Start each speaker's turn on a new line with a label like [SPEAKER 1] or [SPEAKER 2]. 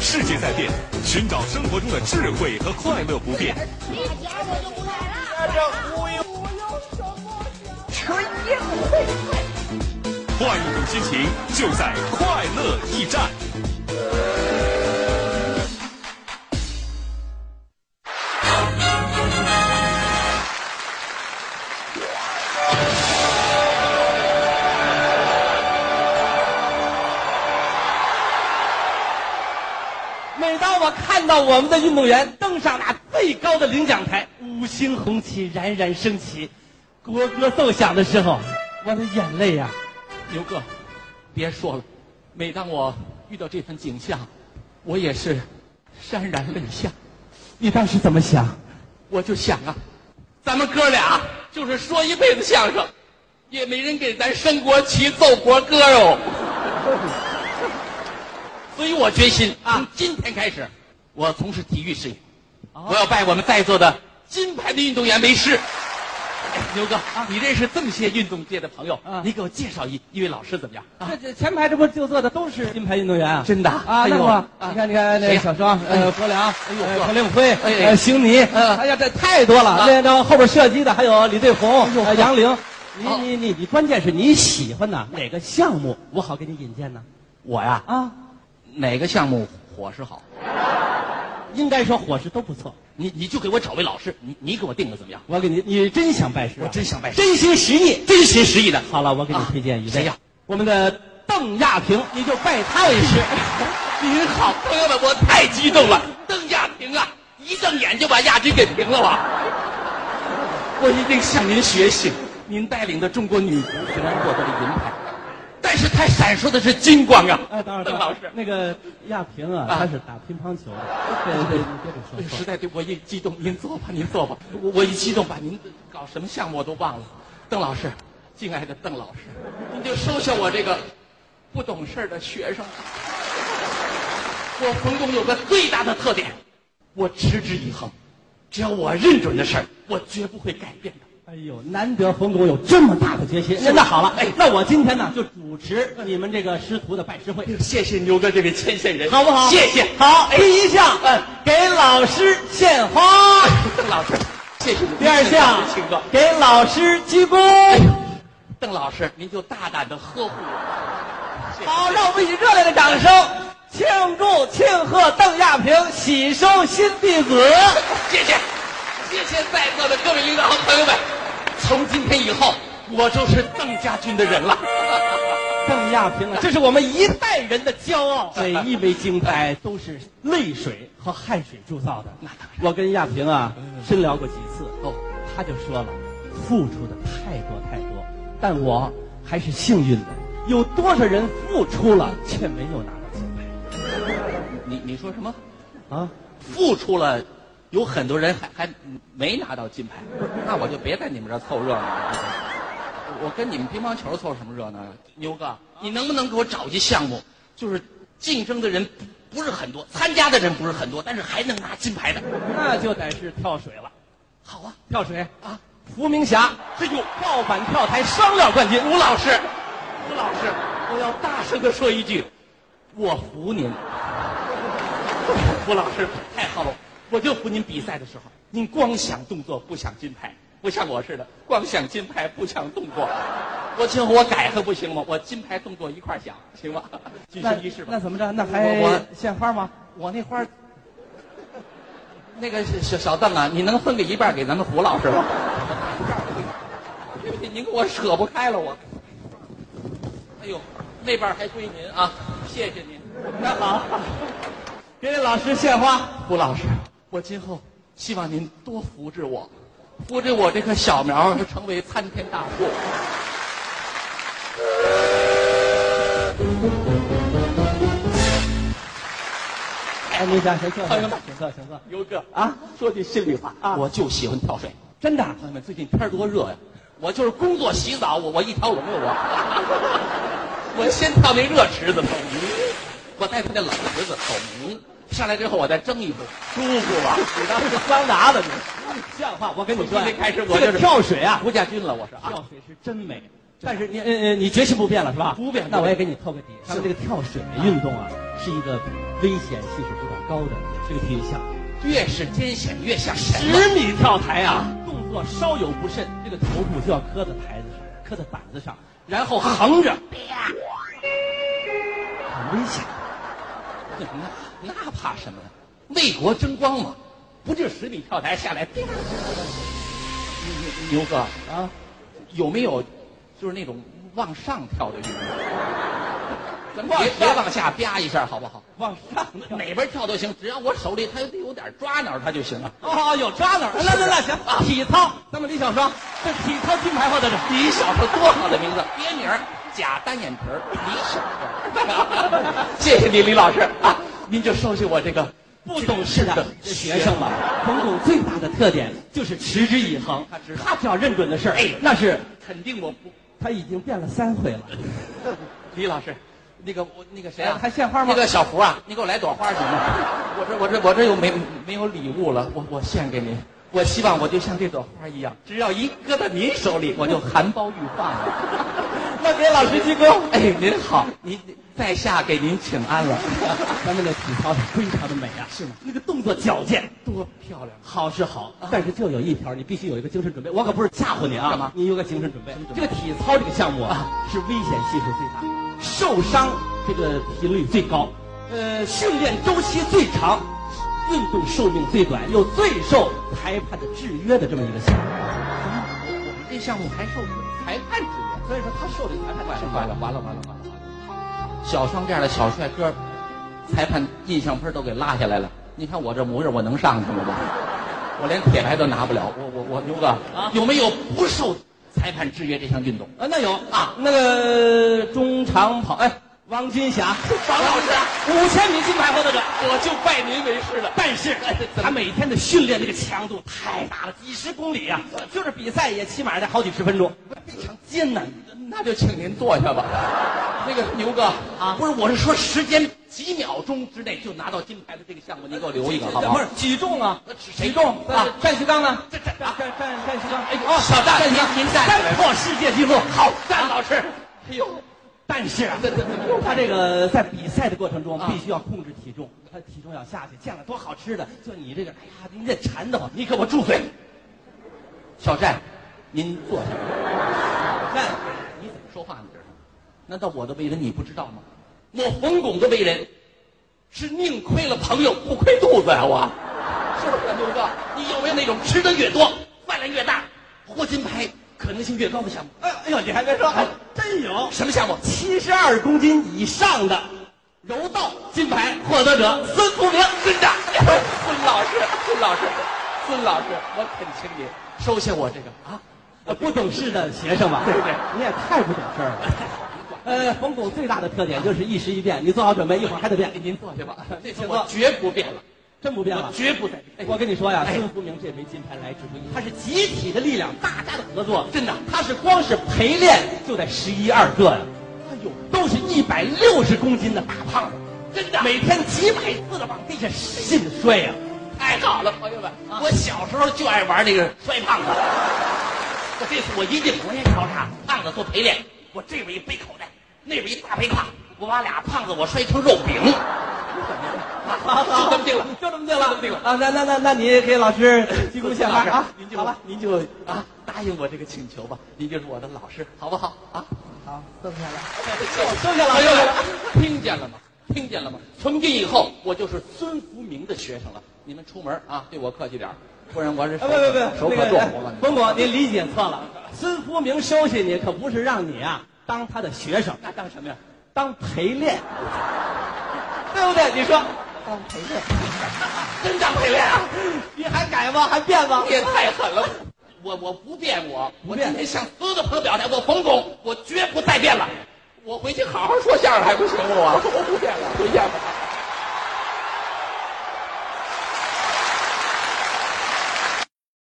[SPEAKER 1] 世界在变，寻找生活中的智慧和快乐不变。
[SPEAKER 2] 你讲我就不来了。
[SPEAKER 3] 这忽悠，
[SPEAKER 2] 我有什么
[SPEAKER 4] 纯英会
[SPEAKER 1] 换一种心情，就在快乐驿站。
[SPEAKER 5] 每当我看到我们的运动员登上那最高的领奖台，五星红旗冉冉升起，国歌奏响的时候，我的眼泪呀、牛哥，别说了，每当我遇到这份景象，我也是潸然泪下。你当时怎么想？我就想啊，咱们哥俩就是说一辈子相声，也没人给咱升国旗、奏国歌哦。 所以我决心啊，从今天开始，我从事体育事业，我要拜我们在座的金牌的运动员为师。哎牛哥，你认识这么些运动界的朋友，
[SPEAKER 4] 啊
[SPEAKER 5] 你给我介绍一一位老师怎么样？啊
[SPEAKER 4] 这这前排这不就坐的都是金牌运动员啊？
[SPEAKER 5] 真的
[SPEAKER 4] 啊，
[SPEAKER 5] 哎
[SPEAKER 4] 那
[SPEAKER 5] 呦
[SPEAKER 4] 不，
[SPEAKER 5] 啊
[SPEAKER 4] 你看你看
[SPEAKER 5] 谁
[SPEAKER 4] 那
[SPEAKER 5] 呀哎
[SPEAKER 4] 小庄，呃，柏良，
[SPEAKER 5] 呦
[SPEAKER 4] 呃
[SPEAKER 5] 呵
[SPEAKER 4] 何令辉，
[SPEAKER 5] 哎
[SPEAKER 4] 呃，邢尼，
[SPEAKER 5] 嗯
[SPEAKER 4] 哎呀，这太多了。
[SPEAKER 5] 啊哎
[SPEAKER 4] 那那后边射击的还有李队红、
[SPEAKER 5] 呦
[SPEAKER 4] 呃
[SPEAKER 5] 呵
[SPEAKER 4] 杨凌。你
[SPEAKER 5] 好
[SPEAKER 4] 你你你，关键是你喜欢哪哪个项目，我好给你引荐呢？
[SPEAKER 5] 我呀，
[SPEAKER 4] 啊，
[SPEAKER 5] 哪个项目伙食好，
[SPEAKER 4] 应该说伙食都不错。
[SPEAKER 5] 你你就给我找位老师，你你给我定个怎么样？
[SPEAKER 4] 我给你，你真想拜师啊？
[SPEAKER 5] 我真想拜师
[SPEAKER 4] 真心实意。
[SPEAKER 5] 真心实意的。
[SPEAKER 4] 好了，我给你推荐一位，
[SPEAKER 5] 啊谁呀？
[SPEAKER 4] 我们的邓亚萍，你就拜他为 师。
[SPEAKER 5] 您好，朋友们，哎我太激动了。邓亚萍啊，一瞪眼就把亚军给平了哇！我一定向您学习，您带领的中国女足虽然获得了银牌，但是她闪烁的是金光啊！
[SPEAKER 4] 哎，等会儿，等
[SPEAKER 5] 邓
[SPEAKER 4] 会儿
[SPEAKER 5] 老师，
[SPEAKER 4] 那个亚萍啊，
[SPEAKER 5] 啊
[SPEAKER 4] 她是打乒乓球的。对对，你别给说
[SPEAKER 5] 实
[SPEAKER 4] 错。
[SPEAKER 5] 在对我一激动，您坐吧，您坐吧。我我一激动，把您搞什么项目我都忘了。邓老师，敬爱的邓老师，您就收下我这个不懂事儿的学生吧。我冯巩有个最大的特点，我持之以恒，只要我认准的事儿，我绝不会改变的。
[SPEAKER 4] 哎呦，难得冯巩有这么大的决心。那那好了，哎，那我今天呢就主持你们这个师徒的拜师会，
[SPEAKER 5] 哎谢谢牛哥这位牵线人，
[SPEAKER 4] 好不好？
[SPEAKER 5] 谢谢。
[SPEAKER 4] 好，哎第一项，呃
[SPEAKER 5] 嗯
[SPEAKER 4] 给老师献 花；
[SPEAKER 5] 邓老师，谢谢您。
[SPEAKER 4] 第二项
[SPEAKER 5] 请客。，
[SPEAKER 4] 给老师鞠躬。
[SPEAKER 5] 邓老师，您就大胆的呵护我。谢谢
[SPEAKER 4] 好，让我们以热烈的掌声庆祝庆贺邓亚萍喜收新弟子。
[SPEAKER 5] 谢谢，谢谢在座的各位领导和朋友们。从今天以后，我就是邓家军的人了。
[SPEAKER 4] 邓亚萍啊，这是我们一代人的骄傲。每一枚金牌都是泪水和汗水铸造的。
[SPEAKER 5] 那当
[SPEAKER 4] 我跟亚萍啊深聊过几次，
[SPEAKER 5] 哦，
[SPEAKER 4] 她就说了，付出的太多太多，但我还是幸运的。有多少人付出了却没有拿到金
[SPEAKER 5] 你你说什么？
[SPEAKER 4] 牌啊？
[SPEAKER 5] 付出了，有很多人还还没拿到金牌，那我就别在你们这儿凑热闹了。我跟你们乒乓球凑什么热闹呀？啊牛哥，你能不能给我找一项目，就是竞争的人不不是很多，参加的人不是很多，但是还能拿金牌的？
[SPEAKER 4] 那就得是跳水了，
[SPEAKER 5] 好啊，
[SPEAKER 4] 跳水
[SPEAKER 5] 啊，
[SPEAKER 4] 伏明霞，这有跳板跳台双料冠军，
[SPEAKER 5] 吴老师，吴老师，我要大声的说一句，我服您。 吴老师太好了，我就服您比赛的时候，您光想动作不想金牌，不像我似的光想金牌不想动作。我请我改还不行吗？我金牌动作一块儿想，行吗？举
[SPEAKER 4] 那
[SPEAKER 5] 行仪式吧。
[SPEAKER 4] 那怎么着？那
[SPEAKER 5] 我我
[SPEAKER 4] 还献花吗？
[SPEAKER 5] 我那花儿，那个小小邓啊，你能分给一半给咱们胡老师吗？ 对不起，您给我扯不开了，我。哎呦，那半儿还归您啊，谢谢您，
[SPEAKER 4] 那好，给老师献花。
[SPEAKER 5] 胡老师，我今后希望您多扶持我，扶持我这棵小苗儿成为参天大树。
[SPEAKER 4] 哎，你想谁坐？
[SPEAKER 5] 朋友们
[SPEAKER 4] 请坐，请坐。
[SPEAKER 5] 牛哥
[SPEAKER 4] 啊，
[SPEAKER 5] 说句心里话
[SPEAKER 4] 啊
[SPEAKER 5] 我就喜欢跳水。
[SPEAKER 4] 真的，
[SPEAKER 5] 朋友们，最近天儿多热呀、我就是工作洗澡，我我一条龙了我。 我先跳那热池子，透明；我再跳那冷池子，透明。上来之后，我再蒸一壶，舒服啊！
[SPEAKER 4] 你当是 桑拿的你，像话！我跟你说呀，
[SPEAKER 5] 从今天开始我就是
[SPEAKER 4] 这个跳水啊，
[SPEAKER 5] 吴家军了，我是啊。
[SPEAKER 4] 跳水是真美，但
[SPEAKER 5] 但
[SPEAKER 4] 是
[SPEAKER 5] 是
[SPEAKER 4] 你呃呃，你决心不变了是吧？
[SPEAKER 5] 不变
[SPEAKER 4] 那我也给
[SPEAKER 5] 不
[SPEAKER 4] 你
[SPEAKER 5] 变
[SPEAKER 4] 透个底，
[SPEAKER 5] 是
[SPEAKER 4] 咱们这个跳水运动啊，是一个危险系数比较高的这个体育项目。
[SPEAKER 5] 越是艰险越像神嘛
[SPEAKER 4] 十米跳台啊，动作稍有不慎，这个头部就要磕在台子上，磕在板子上，然后横着，很危险。
[SPEAKER 5] 那 那怕什么呀？为国争光嘛，不就十米跳台下来？叮 牛牛哥啊，有没有就是那种往上跳 的运动？咱别别往下吧一下好不好？
[SPEAKER 4] 往上跳。
[SPEAKER 5] 哪边跳都行，只要我手里它有点抓挠，它就行了。啊
[SPEAKER 4] 哦，有抓挠，那那那行，体操，咱们李小双，这体操金牌获得者。
[SPEAKER 5] 李小双多好的名字，别名儿假单眼皮儿，李小双。 谢谢您，李老师啊，您就收起我这个
[SPEAKER 4] 不懂事的学生嘛，冯巩最大的特点就是持之以恒。
[SPEAKER 5] 他知道
[SPEAKER 4] 他只要认准的事儿，
[SPEAKER 5] 哎
[SPEAKER 4] 那是
[SPEAKER 5] 肯定我不。
[SPEAKER 4] 他已经变了三回了。
[SPEAKER 5] 李老师，那个我那个谁
[SPEAKER 4] 哎
[SPEAKER 5] 啊，
[SPEAKER 4] 还献花吗
[SPEAKER 5] 那个小胡啊，你给我来朵花行吗？我这我这我这又没没有礼物了，我我献给您。我希望我就像这朵花一样，只要一搁到您手里，我就含苞欲放了。 那给老师鞠躬。哎，您好，您在下给您请安了。
[SPEAKER 4] 咱们的体操非常的美啊，是吗？那个动作矫健，
[SPEAKER 5] 多漂亮！啊
[SPEAKER 4] 好是好，但是就有一条，你必须有一个精神准备。我可不是吓唬你啊，
[SPEAKER 5] 干嘛
[SPEAKER 4] 你有个精神准备。
[SPEAKER 5] 准备
[SPEAKER 4] 这个体操这个项目啊，是危险系数最大，受伤这个频率最高，呃，训练周期最长，运动寿命最短，又最受裁判的制约的这么一个项目。
[SPEAKER 5] 我们这项目还受裁判指导，
[SPEAKER 4] 所以说他受这个裁判
[SPEAKER 5] 完了完了完了完了完了小双这样的小帅哥，裁判印象分都给拉下来了。你看我这模样，我能上去吗？我我连铁牌都拿不了。我我我牛哥
[SPEAKER 4] 啊
[SPEAKER 5] 有没有不受裁判制约这项运动？
[SPEAKER 4] 啊，那有啊，那个中长跑，哎，王金霞，
[SPEAKER 5] 王老师
[SPEAKER 4] 五千米金牌获得者。
[SPEAKER 5] 我就拜您为师了。
[SPEAKER 4] 但是哎他每天的训练这个强度太大了，几十公里啊，就是比赛也起码得好几十分钟，非常艰难。
[SPEAKER 5] 那就请您坐下吧。那个牛哥
[SPEAKER 4] 啊
[SPEAKER 5] 不是，我是说时间几秒钟之内就拿到金牌的这个项目，你给我留一个好不好？
[SPEAKER 4] 不是举重啊，
[SPEAKER 5] 谁
[SPEAKER 4] 举重啊
[SPEAKER 5] 啊，？
[SPEAKER 4] 站徐刚呢？
[SPEAKER 5] 这这
[SPEAKER 4] 站站站站徐刚，哎
[SPEAKER 5] 哦小站
[SPEAKER 4] 徐
[SPEAKER 5] 您您站起来
[SPEAKER 4] 三破世界纪录，
[SPEAKER 5] 好赞老师，哎呦，
[SPEAKER 4] 但是 啊
[SPEAKER 5] 对对对，
[SPEAKER 4] 他这个在比赛的过程中
[SPEAKER 5] 啊
[SPEAKER 4] 必须要控制体重，他体重要下去。见了多好吃的，就你这个，哎呀，你这馋得慌。
[SPEAKER 5] 你给我住嘴！小寨，您坐下。站，你怎么说话呢？这是？难道我的为人你不知道吗？我冯巩的为人，是宁亏了朋友不亏肚子啊！我，是不是牛哥？你有没有那种吃的越多，饭量越大，获金牌可能性越高的项目？
[SPEAKER 4] 哎哎呦，你还别说，还真有
[SPEAKER 5] 什么项目？
[SPEAKER 4] 七十二公斤以上的
[SPEAKER 5] 柔道
[SPEAKER 4] 金牌获得者孙福明。
[SPEAKER 5] 孙长，哎孙老师，孙老师，孙老师，我恳请你收下我这个啊！
[SPEAKER 4] 呃不懂事的学生吧？
[SPEAKER 5] 对对，
[SPEAKER 4] 你也太不懂事儿了。 呃，冯巩最大的特点就是一时一变，你做好准备，一会儿还得变。您坐
[SPEAKER 5] 对 吧？那次我绝不变了。
[SPEAKER 4] 真不变
[SPEAKER 5] 我
[SPEAKER 4] 了。
[SPEAKER 5] 绝不再变。
[SPEAKER 4] 啊我跟你说呀，
[SPEAKER 5] 哎
[SPEAKER 4] 孙福明这枚金牌来之不易，他是 集体的力量，大家的合作，
[SPEAKER 5] 真的
[SPEAKER 4] 他是光是陪练就得十一二个呀，
[SPEAKER 5] 哎呦，
[SPEAKER 4] 都是一百六十公斤的大胖子，
[SPEAKER 5] 真的
[SPEAKER 4] 每天几百次的往地下使劲摔呀。
[SPEAKER 5] 太好了，朋友们！我小时候就爱玩这个摔胖子。我这次我一进我也考察胖子做陪练，我这边一背口袋，那边一大背胯，我把俩胖子我摔成肉饼。就这么定了，
[SPEAKER 4] 就这么定了，
[SPEAKER 5] 就这么定了。
[SPEAKER 4] 啊！那那那那你给老师鞠躬献花 啊！
[SPEAKER 5] 您就
[SPEAKER 4] 好吧，
[SPEAKER 5] 您就啊答应我这个请求吧，您就是我的老师，好不好啊？
[SPEAKER 4] 好，坐下来。
[SPEAKER 5] 收下了，收下了，听见了吗？听见了吗？从今以后，我就是孙福明的学生了。你们出门啊，对我客气点儿，不然我这手
[SPEAKER 4] 啊，不
[SPEAKER 5] 可、
[SPEAKER 4] 不不，
[SPEAKER 5] 手可
[SPEAKER 4] 那个
[SPEAKER 5] 重我告诉你
[SPEAKER 4] 冯巩，您理解错了。孙福明收拾你可不是让你啊当他的学生，
[SPEAKER 5] 那当什么呀？
[SPEAKER 4] 当陪练，对不对？你说当陪练，
[SPEAKER 5] 真当陪练啊！
[SPEAKER 4] 你还改吗？还变吗
[SPEAKER 5] 你？也太狠了！我我不变我，
[SPEAKER 4] 不
[SPEAKER 5] 我
[SPEAKER 4] 变
[SPEAKER 5] 今天向所有的朋友表态，我冯巩， 我绝不再变了。我回去好好说相声还不行吗？我我不变了，回见吧。